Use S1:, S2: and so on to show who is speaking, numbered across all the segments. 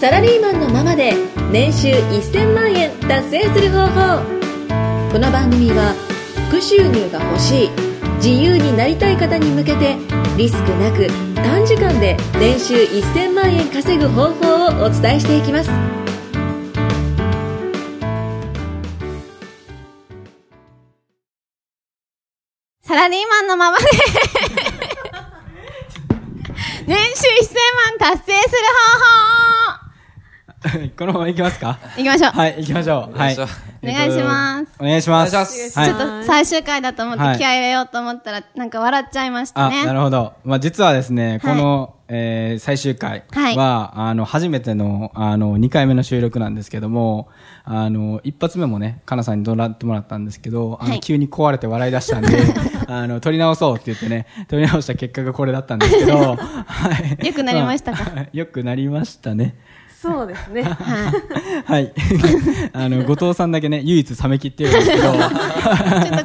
S1: サラリーマンのままで年収1000万円達成する方法この番組は副収入が欲しい自由になりたい方に向けてリスクなく短時間で年収1000万円稼ぐ方法をお伝えしていきます
S2: サラリーマンのままで年収1000万達成する
S3: このままいきますか
S2: 方法いきましょう、
S3: はい、いきましょう。はい。
S2: お願いします
S3: お願いします。
S4: お願いします
S3: は
S2: ち
S3: い
S2: ょっ。と最終回だと思って
S3: はい
S2: 気合い入れようと思ったらなんか笑っちゃいました
S3: あ、
S2: ね
S3: なるほど。まあ、実はですね、
S2: はい
S3: この、えー最終回
S2: はい
S3: は、あの、初めての、あの、2回目の収録なんですけども、あの、一発目もね、かなさんに怒鳴ってもらったんですけど、あの、
S2: はい
S3: 急に壊れて笑い出したん で、あの、撮り直そうって言ってね、撮り直した結果がこれだったんです けど、はい。
S2: 良くなりましたか
S3: まあ良くなりましたね。
S4: そうですね。
S3: はい。 あの、後藤さんだけね、唯一冷めきってるんです けど、
S2: ちょっ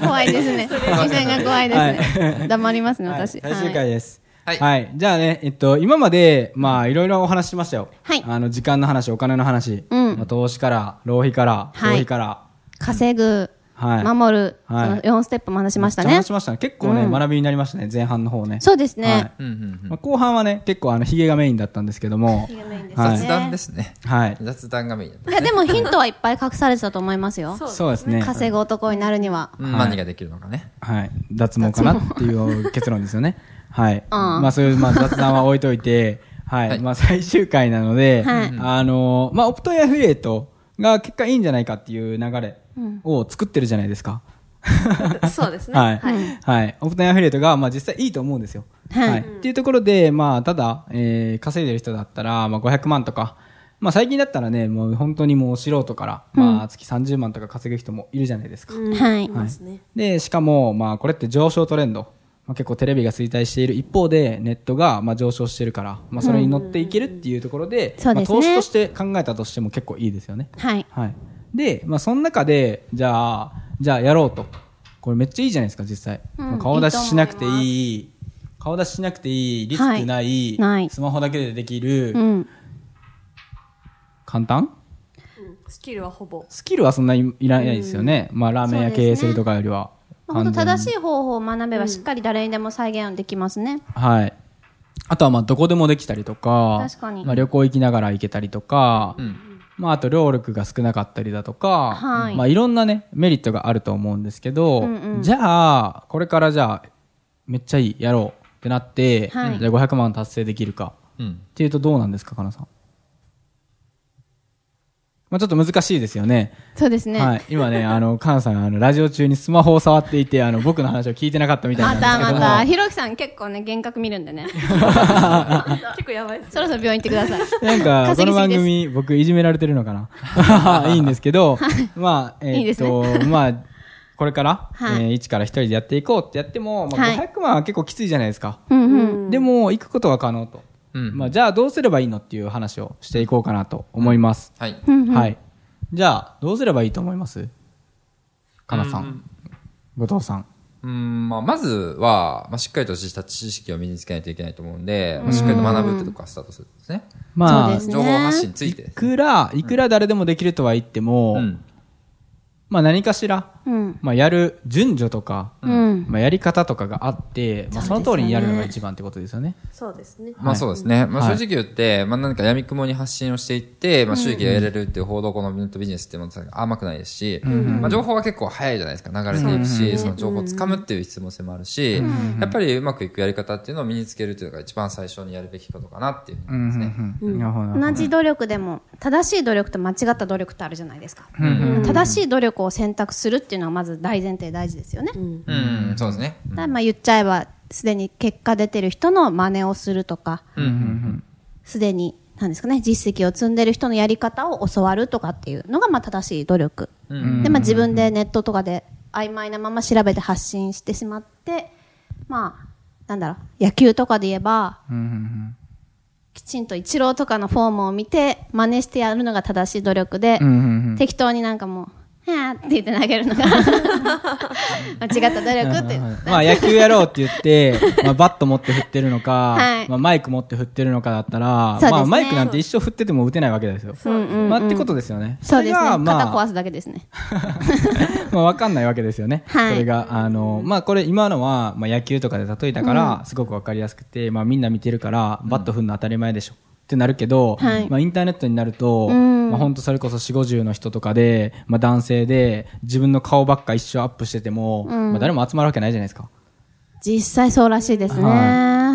S2: と怖いですね 視線が怖いですね、黙りますね
S3: はい
S2: 私、
S3: 最終
S2: は
S3: 回
S2: い
S3: です。は、
S4: はいい
S3: じゃあね、えっと、今まで、まあ、いろいろお話ししましたよ。
S2: はい
S3: あの、時間の話、お金の話、
S2: うん
S3: まあ、投資から、浪費から、
S2: はい
S3: 消費から。
S2: 稼ぐ、
S3: はい
S2: 守る、
S3: はい
S2: その4ステップも話しました
S3: めっちゃ
S2: ね
S3: 話しましたね。結構ね、
S2: うん
S3: 学びになりましたね、前半の方ね。
S2: そうですね、
S3: はい
S4: うんうん
S3: まあ、後半はね、結構、あの、ヒゲがメインだったんですけども。
S2: ヒゲメインですね
S3: は
S4: 雑
S3: い。
S4: 談ですね。
S3: はい。
S4: 雑談がメインだっ
S2: い、やでもヒントはいっぱい隠されてたと思いますよ
S3: そうですね。
S2: 稼ぐ男になるには
S4: た。何ができるのかね。
S3: はい、脱毛かなっていう結論ですよね。はい、
S2: ん
S3: まあそういうまあ雑談は置いといて、はい、
S4: はい
S3: まあ最終回なので、
S2: はい
S3: あのーまあオプトやアフィリエイトが結果いいんじゃないかっていう流れを作ってるじゃないですか。
S5: そうですね。
S3: はい、はい、オプトやアフィリエイトがまあ実際いいと思うんですよ。
S2: はい
S3: っていうところで、まあただ、えー稼いでる人だったらまあ500万とか。まあ最近だったらね、もう本当にもう素人から、まあ月30万とか稼ぐ人もいるじゃないですか。
S2: はい、
S3: はい
S5: ですね
S3: でしかも、まあ、これって上昇トレンド、まあ、結構テレビが衰退している一方でネットがまあ上昇してるから、まあ、それに乗っていけるっていうところで,、
S2: そう
S3: ま
S2: で
S3: あ、
S2: すね
S3: 投資として考えたとしても結構いいですよね。
S2: はい
S3: はい、で、まあ、その中でじゃあじゃあやろうとこれめっちゃいいじゃないですか実際、
S2: うん
S3: まあ顔出ししなくていい顔出ししなくていいリスクない,、
S2: はいない
S3: スマホだけでできる、
S2: うん
S3: 簡単
S5: スキルはほぼ。
S3: スキルはそんなにいらないですよね、まあ、ラーメン屋経営するとかよりは。
S2: まあ本当
S3: 完全に
S2: 正しい方法を学べばしっかり誰にでも再現できますね。
S3: はい。あとはまあどこでもできたりとか、
S2: 確かに
S3: まあ旅行行きながら行けたりとか、
S4: うん。
S3: まああと労力が少なかったりだとか、
S2: はい
S3: まあいろんなね、メリットがあると思うんですけど、
S2: うんうん
S3: じゃあ、これからじゃあ、めっちゃいい、やろうってなって、
S2: はい
S3: じゃあ500万達成できるか
S4: うん
S3: っ。ていうとどうなんですか、かなさん。まあちょっと難しいですよね。
S2: そうですね。
S3: はい。今ね、あの、かなさん、あの、ラジオ中にスマホを触っていて、あの、僕の話を聞いてなかったみた
S2: ま
S3: いな
S2: た
S3: んですけ
S2: ま
S3: ども。
S2: た、ひろきさん結構ね、幻覚見るんで ね。
S5: 結構やばいです。
S2: そろそろ病院行ってください。
S3: なんか、こ
S2: 稼ぎす
S3: の
S2: ぎ
S3: 番
S2: です
S3: 組、僕、いじめられてるのかな いいんですけど、まあ、
S2: いい
S3: え
S2: で
S3: っ
S2: す
S3: と、まあ、これから、
S2: はい
S3: えー一から一人でやっていこうってやっても、まあ、
S2: はい
S3: 500万は結構きついじゃないですか。
S2: うんうん。
S3: でも、行くことは可能と。
S4: うん
S3: まあ、じゃあ、どうすればいいのっていう話をしていこうかなと思います。
S4: はい。
S3: はい。じゃあ、どうすればいいと思いますかなさ。
S4: うん
S3: 後藤さん。
S4: うん、まあ、まずは、まあ、しっかりとした知識を身につけないといけないと思うんで、まあ、しっかりと学ぶってとこからスタートするんですね。
S3: ま
S2: そう
S3: あ
S2: で、すね
S4: 情報発信につい
S3: い
S4: て。
S3: くら、いくら誰でもできるとは言っても、
S4: うん。
S3: まあ、何かしら、
S2: うん。
S3: まあ、やる順序とか、
S2: うん。
S3: まあ、やり方とかがあって、まあ、その通りにやるのが一番ってことですよね。
S5: そうですね。
S4: まあそうですね。ま
S3: は
S4: あ
S3: い
S4: 正直言って、まあ何か闇雲に発信をしていって、まあ収益が得られるっていう報道このネットビジネスってものが甘くないですし、まあ情報は結構早いじゃないですか。流れていくし、その情報をつかむっていう質問性もあるし、やっぱりうまくいくやり方っていうのを身につけるというのが一番最初にやるべきことかなっていうふうに思いますね。
S3: なるほどなるほど
S2: 同じ努力でも、正しい努力と間違った努力ってあるじゃないですか。
S3: うん
S2: 正しい努力を選択するっていうのはまず大前提大事ですよね。
S4: うん、そうですね。
S2: だからまあ言っちゃえば、すでに結果出てる人の真似をするとか、
S4: うんうん
S2: すでに、なんですかね、実績を積んでる人のやり方を教わるとかっていうのが、まあ正しい努力。
S4: うん
S2: で、まあ自分でネットとかで曖昧なまま調べて発信してしまって、まあ、なんだろう、野球とかで言えば、
S3: うんうん
S2: きちんとイチローとかのフォームを見て、真似してやるのが正しい努力で
S3: う、んうんうんうん
S2: 適当になんかもう、はーって言って投げるのが間違った努力っていう
S3: まあ野球やろうって言って、 まあバット持って振ってるのか、
S2: はい
S3: まあマイク持って振ってるのかだった
S2: そ
S3: ら、
S2: うですね
S3: まあマイクなんて一生振ってても打てないわけですよ。
S2: うんうん
S3: まあってことですよね。
S2: そうですね
S3: れがま
S2: 肩
S3: あ
S2: 壊すだけですね
S3: まあ、わかんないわけですよね。
S2: はい
S3: それが、あの、まあ、これ今のは、まあ、野球とかで例えたから、すごくわかりやすくて、まあ、みんな見てるから、バット振るの当たり前でしょ。ってなるけど、
S2: はい
S3: まあ、インターネットになると、
S2: ん
S3: まあ、本当それこそ4、50の人とかで、まあ、男性で、自分の顔ばっか一生アップしてても、
S2: ん
S3: まあ、誰も集まるわけないじゃないですか。
S2: 実際そうらしいですね、
S4: はい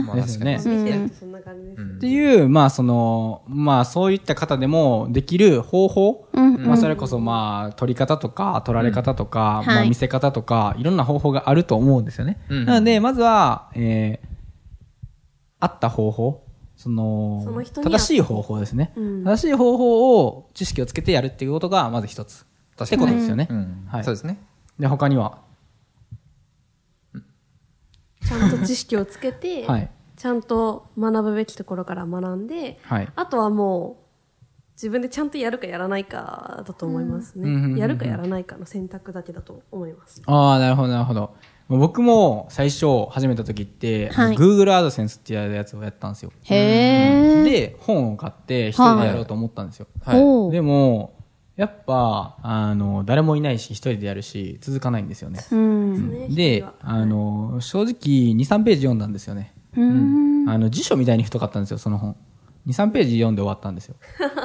S4: まあ
S3: ですよね。
S5: 見てるとそんな感じです。
S3: っていう、まあその、まあそういった方でもできる方法、
S2: うん
S3: まあそれこそまあ取り方とか取られ方とか、
S2: うん
S3: ま
S2: は
S3: あ
S2: い
S3: 見せ方とか、いろんな方法があると思うんですよね。
S4: うん
S3: なので、まずは、えー、あった方法、その、
S5: その人に合っ
S3: 正しい方法ですね、
S5: うん
S3: 正しい方法を知識をつけてやるっていうことがまず一つ。ってことですよね。
S4: うん
S3: はい
S4: そうですね。
S3: で、他には、
S5: ちゃんと知識をつけて、
S3: はい。
S5: ちゃんと学ぶべきところから学んで、
S3: はい。
S5: あとはもう、自分でちゃんとやるかやらないかだと思いますね。
S3: うんうんうんうん
S5: やるかやらないかの選択だけだと思います。
S3: ああ、なるほど、なるほど。僕も最初始めた時って、
S2: はい
S3: Google AdSense っていうやつをやったんですよ。
S2: へえ、
S3: で、本を買って一人でやろうと思ったんですよ。
S4: はい。
S2: お
S3: でも、やっぱ、あの、誰もいないし、一人でやるし、続かないんですよね。
S2: うん
S5: うん
S3: で、あの、正直、2、3ページ読んだんですよね。
S2: うん
S3: あの、辞書みたいに太かったんですよ、その本。2、3ページ読んで終わったんですよ。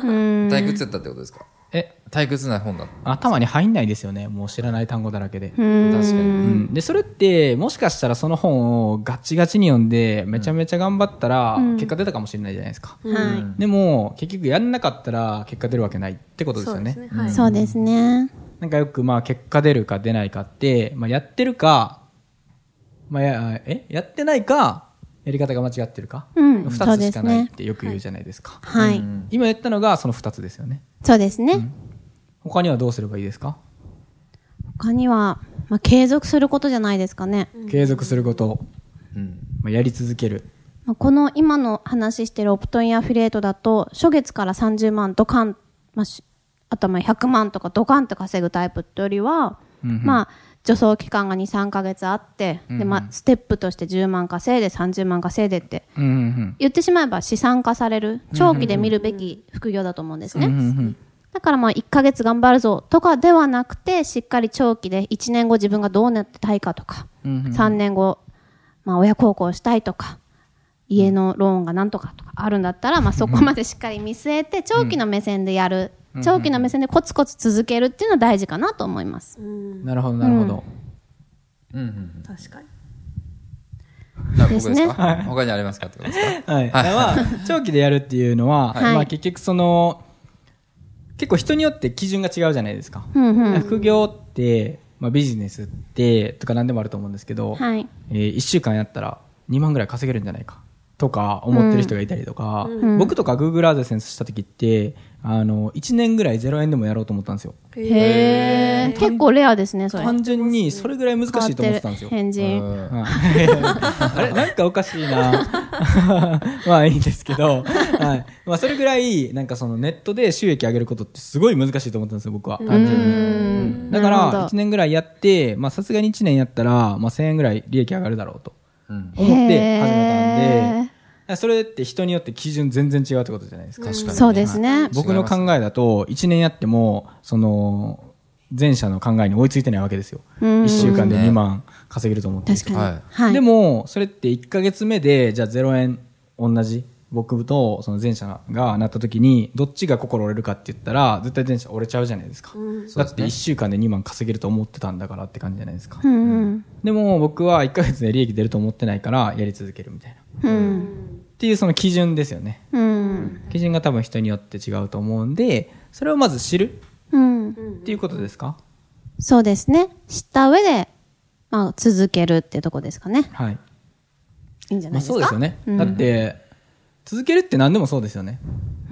S2: うん
S4: 退屈だったってことですか
S3: え、
S4: 退屈な本だった。
S3: 頭に入んないですよね。もう知らない単語だらけで。
S2: うん
S4: 確かに。
S3: うんでそれってもしかしたらその本をガチガチに読んでめちゃめちゃ頑張ったら
S2: うん
S3: 結果出たかもしれないじゃないですか、
S2: はい
S4: ん
S3: でも結局やんなかったら結果出るわけないってことですよね
S5: ね。はい。
S2: そうですね
S3: なんかよくまあ結果出るか出ないかって、まあ、やってるか、まあ、やえやってないかやり方が間違ってるか、
S2: うん
S3: 二
S2: そう
S3: つ
S2: で
S3: し
S2: す
S3: か
S2: ね
S3: ないってよく言うじゃないですか、
S2: はい、
S3: 今やったのがその2つですよね
S2: そうですね、
S3: 他にはどうすればいいですか、
S2: 他には、まあ、継続することじゃないですかね、
S3: 継続すること、
S4: うん。
S3: まあ、やり続ける
S2: まあこの今の話してるオプトインアフィリエイトだと初月から30万ドカン、まあ、しあとはまあ100万とかドカンと稼ぐタイプってよりは、
S3: うんうん
S2: まあ助走期間が23ヶ月あって、でまあ、ステップとして10万稼いで30万稼いでって
S3: うんうん
S2: 言ってしまえば資産化される長期で見るべき副業だと思うんですね、
S3: うんうんうん
S2: だからまあ1ヶ月頑張るぞとかではなくてしっかり長期で1年後自分がどうなってたいかとか、
S3: うんうんうん
S2: 3年後、まあ、親孝行したいとか家のローンがなんとかとかあるんだったら、まあ、そこまでしっかり見据えて長期の目線でやる、長期の目線でコツコツ続けるっていうのは大事かなと思います、
S5: うん、
S3: なるほどなるほど、
S4: うんうん
S5: 確かに。
S4: うん。あ僕です
S2: ですね
S4: か他にありますかってことですか
S3: はい。
S4: はい
S3: まあ、長期でやるっていうのは、
S2: はい
S3: まあ結局その、結構人によって基準が違うじゃないですか。
S2: うんうん
S3: 副業って、まあビジネスって、とか何でもあると思うんですけど、
S2: はい
S3: えー、1週間やったら2万ぐらい稼げるんじゃないか。とか思ってる人がいたりとか、
S2: ん
S3: 僕とか Google アドセンスした時って、あの、1年ぐらい0円でもやろうと思ったんですよ。
S2: へえ結構レアですねそれ
S3: 単純にそれぐらい難しいと思ってたんですよ。
S2: 変人
S4: うん
S3: はい あれなんかおかしいな。 まあいいんですけど、はい。まあそれぐらい、なんかそのネットで収益上げることってすごい難しいと思ったんですよ、僕は。単純に
S2: ん
S3: だか
S2: なるほど
S3: ら、1年ぐらいやって、まあさすがに1年やったら、まあ1000円ぐらい利益上がるだろうと
S4: うん
S3: 思って始
S2: へ
S3: め
S2: ー
S3: たんで、それって人によって基準全然違うってことじゃないですか。確か
S2: そうですね
S3: 僕の考えだと、1年やっても、その、前者の考えに追いついてないわけですよ。
S2: うん
S3: 1週間で2万稼げると思ってる
S2: 確かに、
S4: はい
S2: はい、
S3: でも、それって1ヶ月目で、じゃあ0円同じ、僕とその前者がなった時に、どっちが心折れるかって言ったら、絶対前者折れちゃうじゃないですか。だって1週間で2万稼げると思ってたんだからって感じじゃないですか。
S2: うん
S3: でも僕は1ヶ月で利益出ると思ってないから、やり続けるみたいな。っ
S2: うんうん
S3: ていうその基準ですよね。
S2: うん
S3: 基準が多分人によって違うと思うんで、それをまず知る
S2: うん
S3: っていうことですか
S2: そうですね知った上で、まあ、続けるってとこですかね
S3: はい。
S2: いいんじゃない
S3: まあ
S2: ですか、
S3: そうですよね。だって、続けるって何でもそうですよね。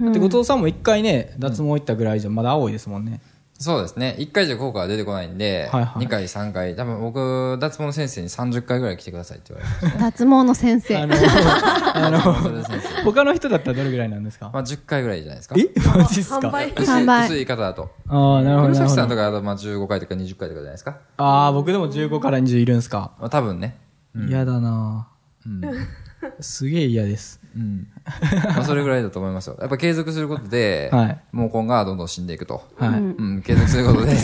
S3: だって後藤さんも一回ね、脱毛行ったぐらいじゃまだ青いですもんね。
S4: そうですね。1回じゃ効果は出てこないんで、
S3: はいはい
S4: 2回、3回、多分僕、脱毛の先生に30回ぐらい来てくださいって言わ れ
S2: 脱毛の先生。
S3: あの、あの、
S4: ました。先生
S3: 他の人だったらどれぐらいなんですか
S4: まあ10回ぐらいじゃないですか。
S3: えマジっす
S5: 販
S3: か
S5: 売
S4: 薄い
S2: 三倍
S4: 薄い方だと。
S3: ああ、なるほどな
S4: 黒
S3: る
S4: 崎
S3: ほ
S4: さんと
S3: ど。
S4: かだとまあ15回とか20回とかじゃないですか。
S3: ああ、僕でも15から20いるんすか。
S4: まあ多分ね。
S3: 嫌だな
S4: うん。
S3: すげえ嫌です。
S4: うん。まあそれぐらいだと思いますよ。やっぱ継続することで、
S3: はい
S4: 毛根がどんどん死んでいくと。
S3: はい。
S4: うん、継続するこ とで、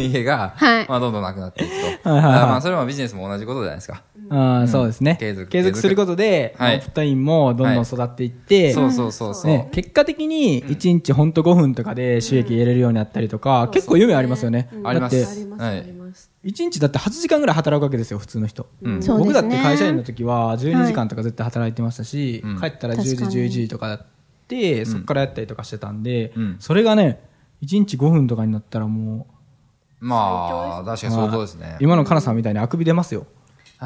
S4: 家が、
S2: はい
S4: まあどんどんなくなっていくと。
S3: はいはい
S4: あまあそれはビジネスも同じことじゃないですか。
S3: ああ、そうですね。
S4: 継続
S3: 継続することで、
S4: はい
S3: まあプトインもどんどん育っていって、
S4: そうそうそうそう。
S3: ね、結果的に1日ほんと5分とかで収益得れるようになったりとか、結構夢ありますよね。
S4: あり
S3: だ
S4: ま
S3: っ
S4: す
S3: て
S5: あ、ります、
S4: はい
S5: あります。
S3: 1日だって8時間ぐらい働くわけですよ、普通の人。
S2: そうですね
S3: 僕だって会社員の時は12時間とか絶対働いてましたし、
S4: うん
S3: 帰ったら10時
S2: 確かに
S3: 11時とかだって、そっからやったりとかしてたんで、
S4: うん
S3: それがね1日5分とかになったらも
S4: まあ、確か
S3: う
S4: に相当ですね
S3: まあ。今のかなさんみたいにあくび出ます よ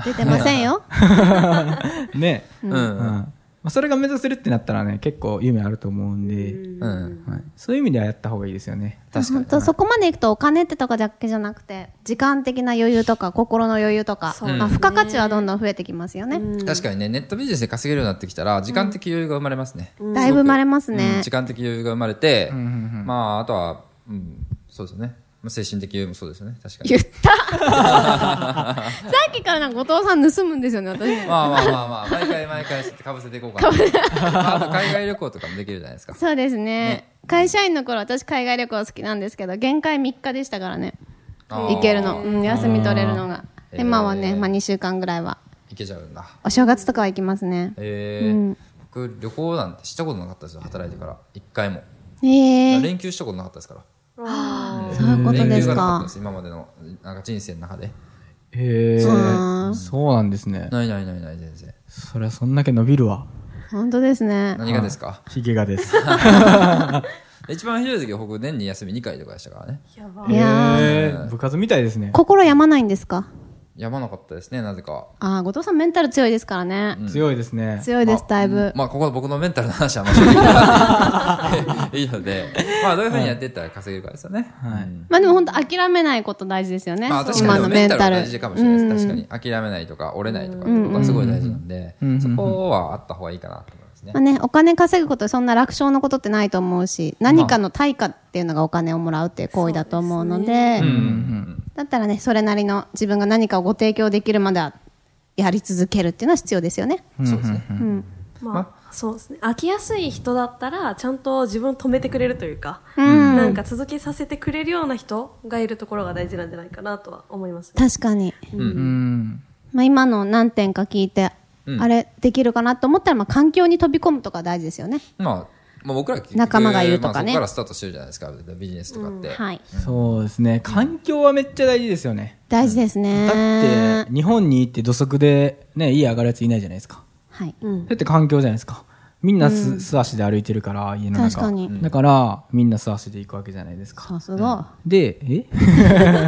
S2: 出てませんよ。
S3: ね、
S4: うん。
S3: うんまあ、それが目指せるってなったらね結構夢あると思うんで、
S4: うん。
S3: はい、そういう意味ではやった方がいいですよね
S4: 確か
S2: 本
S4: に。
S2: 当そこまでいくとお金ってとかだけじゃなくて時間的な余裕とか心の余裕とか、
S5: そうですね
S2: まあ、付加価値はどんどん増えてきますよね、
S4: 確かにね、ネットビジネスで稼げるようになってきたら、時間的余裕が生まれますね。
S2: だいぶ生まれますね
S4: うん時間的余裕が生まれて、
S3: んうんうん
S4: まあ、あとは、うん、そうですね。まあ精神的余裕もそうですよね。確かに。
S2: 言ったさっきからなんか後藤さん盗むんですよね私
S4: まあまあまあまあ、毎回毎回かぶせていこうかな。まああと海外旅行とかもできるじゃないですか。
S2: そうですね会社員の頃私海外旅行好きなんですけど限界3日でしたからね
S4: あー
S2: 行けるの、うん、休み取れるのが
S4: ー
S2: で今は
S4: え
S2: ね、
S4: ー
S2: まあ、2週間ぐらいはい
S4: けちゃうんだ。
S2: お正月とかは行きますね
S4: えー僕、旅行なんてしたことなかったですよ。働いてから。一回も。
S2: ええ
S4: 連休したことなかったですから。
S2: そういうこと
S4: 連
S2: で
S4: 休
S2: す
S4: がなかった
S2: か
S4: です。今までの、なんか人生の中で。
S3: へえ
S2: うん
S3: そうなんですね
S4: ないないないない、全然。
S3: そりゃそんだけ伸びるわ
S2: 本当ですね
S4: 何がですか
S3: ヒゲがです
S4: 一番ひどい時は僕、年に休み2回とかでしたからね。
S5: やば
S2: いやー
S3: へー部活みたいですね
S2: 心病まないんですか
S4: やまなかったですね、なぜか。
S2: ああ、後藤さんメンタル強いですからね。
S3: 強いですね
S2: 強いです、だいぶ。
S4: まあ、ここは僕のメンタルの話はまあ正直いいので、まあ、どういうふうにやっていったら稼げるかですよね。
S3: はい
S2: まあでも本当諦めないこと大事ですよね。
S4: まあ、確かに
S2: 今
S4: で
S2: の
S4: もメ
S2: メ
S4: ン
S2: ン
S4: タル
S2: タ
S4: は
S2: ル。
S4: 大事かもしれないです。確かに。諦めないとか、折れないとかってことはすごい大事なんで、そこはあった方がいいかなと思いますね
S2: まあ。ね、お金稼ぐことそんな楽勝のことってないと思うし、何かの対価っていうのがお金をもらうっていう行為だと思うので、だったらね、それなりの自分が何かをご提供できるまではやり続けるっていうのは必要ですよね。
S4: そうですね。
S2: うん。
S5: まあ、そうですね。飽きやすい人だったら、ちゃんと自分を止めてくれるというか、
S2: うん
S5: なんか続けさせてくれるような人がいるところが大事なんじゃないかなとは思います、ね。
S2: 確かに。
S3: うん
S2: まあ今の何点か聞いて、
S4: うん
S2: あれできるかなと思ったら、まあ環境に飛び込むとか大事ですよね。
S4: まあ、まあ、僕ら結局
S2: 仲間がいるとかね
S4: まあそこからスタートしてるじゃないですか、ビジネスとかって。
S2: はい。
S3: そうですね環境はめっちゃ大事ですよね
S2: 大事ですね。
S3: だって日本に行って土足でね家上がるやついないじゃないですか
S2: はい。
S5: うん
S3: だって環境じゃないですかみんなす、素足で歩いてるから家の中
S2: 確かにうん
S3: だからみんな素足で行くわけじゃないですか
S2: さすが。
S3: でえ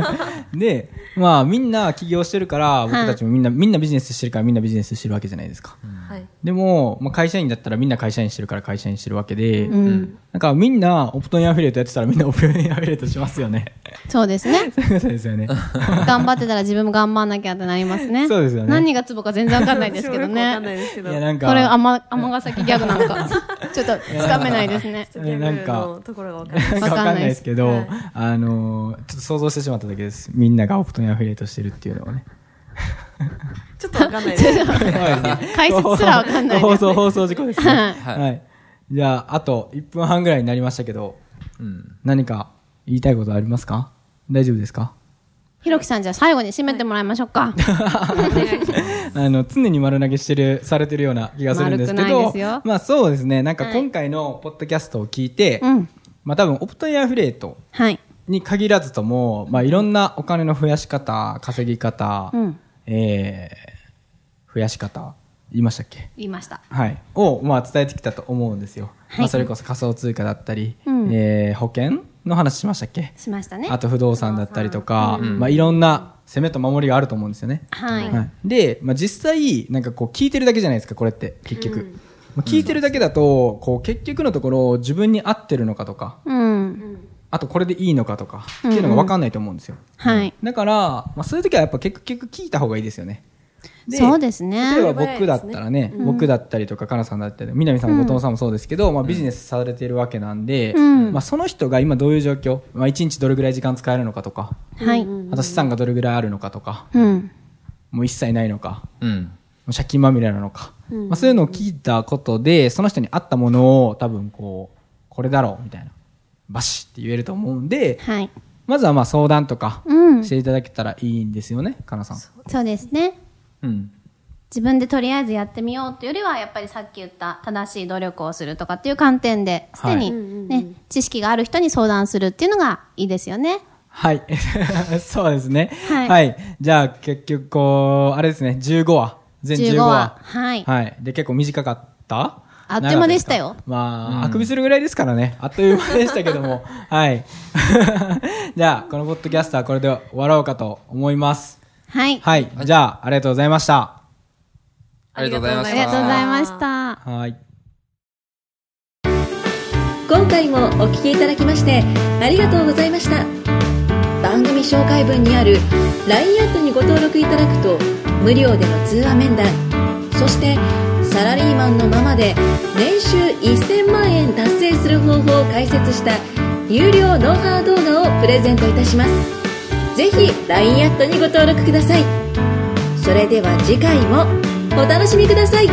S3: でまあみんな起業してるから僕たちもみんな、みんなビジネスしてるからみんなビジネスしてるわけじゃないですか、
S5: はい。
S3: でも、まあ、会社員だったらみんな会社員してるから会社員してるわけで、なんかみんなオプトインアフィリエイトやってたらみんなオプトインアフィリエイトします よね
S2: そうですね。
S3: そういうことですよね
S2: 頑張ってたら自分も頑張んなきゃってなりますね。
S3: そうですよね
S2: 何がツボか全然わかんないですけど
S5: 私もよくわかんない
S2: ね。
S5: ですけ
S3: い
S5: ど。
S3: やなん
S2: こ
S3: か
S2: れ、天、尼崎ギャグなのか。ちょっとつかめないですね。
S5: ちょっとギャグのところがわかんない。
S3: なんかわかんないですけど、
S5: わかんない
S3: あのーちょっと想像してしまっただけです。みんながオプトにアフィリエイトしてるっていうのをね。
S5: ちょっとわかんないです。
S2: 解説すらわかんない
S3: 放
S2: です。
S3: 送、放送事故ですね。
S2: はい
S3: はい。じゃあ、あと1分半ぐらいになりましたけど、何か言いたいことありますか大丈夫ですか
S2: ひろきさんじゃあ最後に締めてもらいましょうか。
S3: あの、常に丸投げしてる、されてるような気がするんですけ
S2: 丸くないで
S3: ど
S2: すよ、
S3: まあそうですね、なんか
S2: はい
S3: 今回のポッドキャストを聞いて、
S2: うん。
S3: まあ多分オプトインアフィリエイト
S2: はい。
S3: に限らずとも、まあ、いろんなお金の増やし方、稼ぎ方、
S2: うん
S3: えー増やし方、言いましたっけ
S2: 言いました。
S3: はい。を、まあ、伝えてきたと思うんですよ。まあ、それこそ仮想通貨だったり、
S2: うん
S3: えー保険の話しましたっけ
S2: しましたね。
S3: あと不動産だったりとか、まあ、いろんな攻めと守りがあると思うんですよね。
S2: はい。
S3: で、まあ、実際、なんかこう、聞いてるだけじゃないですか、これって、結局。まあ聞いてるだけだと、こう、結局のところ、自分に合ってるのかとか、
S2: うん。
S3: あとこれでいいのかとか、っていうのが分かんないと思うんですよ。
S2: はい。
S3: だから、まあ、そういう時はやっぱ結局聞いた方がいいですよね。
S2: そうですね
S3: 例えば僕だったらね、僕だったりとか、かなさんだったり、南さんも後藤さんもそうですけど、まあビジネスされてるわけなんで、
S2: うん
S3: まあその人が今どういう状況、まあ一日どれぐらい時間使えるのかとか、
S2: はい。
S3: あと資産がどれぐらいあるのかとか、
S2: うん。
S3: もう一切ないのか、
S4: うん。
S3: もう借金まみれなのか、まあ、そういうのを聞いたことでその人に合ったものを多分こうこれだろうみたいなバシッって言えると思うんで
S2: はい。
S3: まずはまあ相談とか
S2: うん
S3: していただけたらいいんですよね、かなさん。
S2: そうですね。
S3: うん
S2: 自分でとりあえずやってみようというよりはやっぱりさっき言った正しい努力をするとかっていう観点で
S3: は
S2: すで
S3: い
S2: に、ね知識がある人に相談するっていうのがいいですよね。
S3: はい。 そうですね、
S2: は
S3: はいい。じゃあ結局こう、あれですね、15話。全15
S2: 15
S3: 話
S2: 話。はい
S3: で、結構短かった
S2: あっという間でしたよ
S3: 長かっかまあ、あくびするぐらいですからね。あっという間でしたけど も。はい。 じゃあ、このポッドキャストはこれで終わろうかと思います。
S2: はい。
S3: はい。じゃあ、ありがとうございました。
S4: ありがとうございま
S2: あ
S4: し
S2: り
S4: た
S2: がとうございました。
S3: はい。
S1: 今回もお聞きいただきましてありがとうございました番組紹介文にある LINE アットにご登録いただくと無料での通話面談そしてサラリーマンのままで年収1000万円達成する方法を解説した有料ノウハウ動画をプレゼントいたしますぜひ LINE アットにご登録くださいそれでは次回もお楽しみください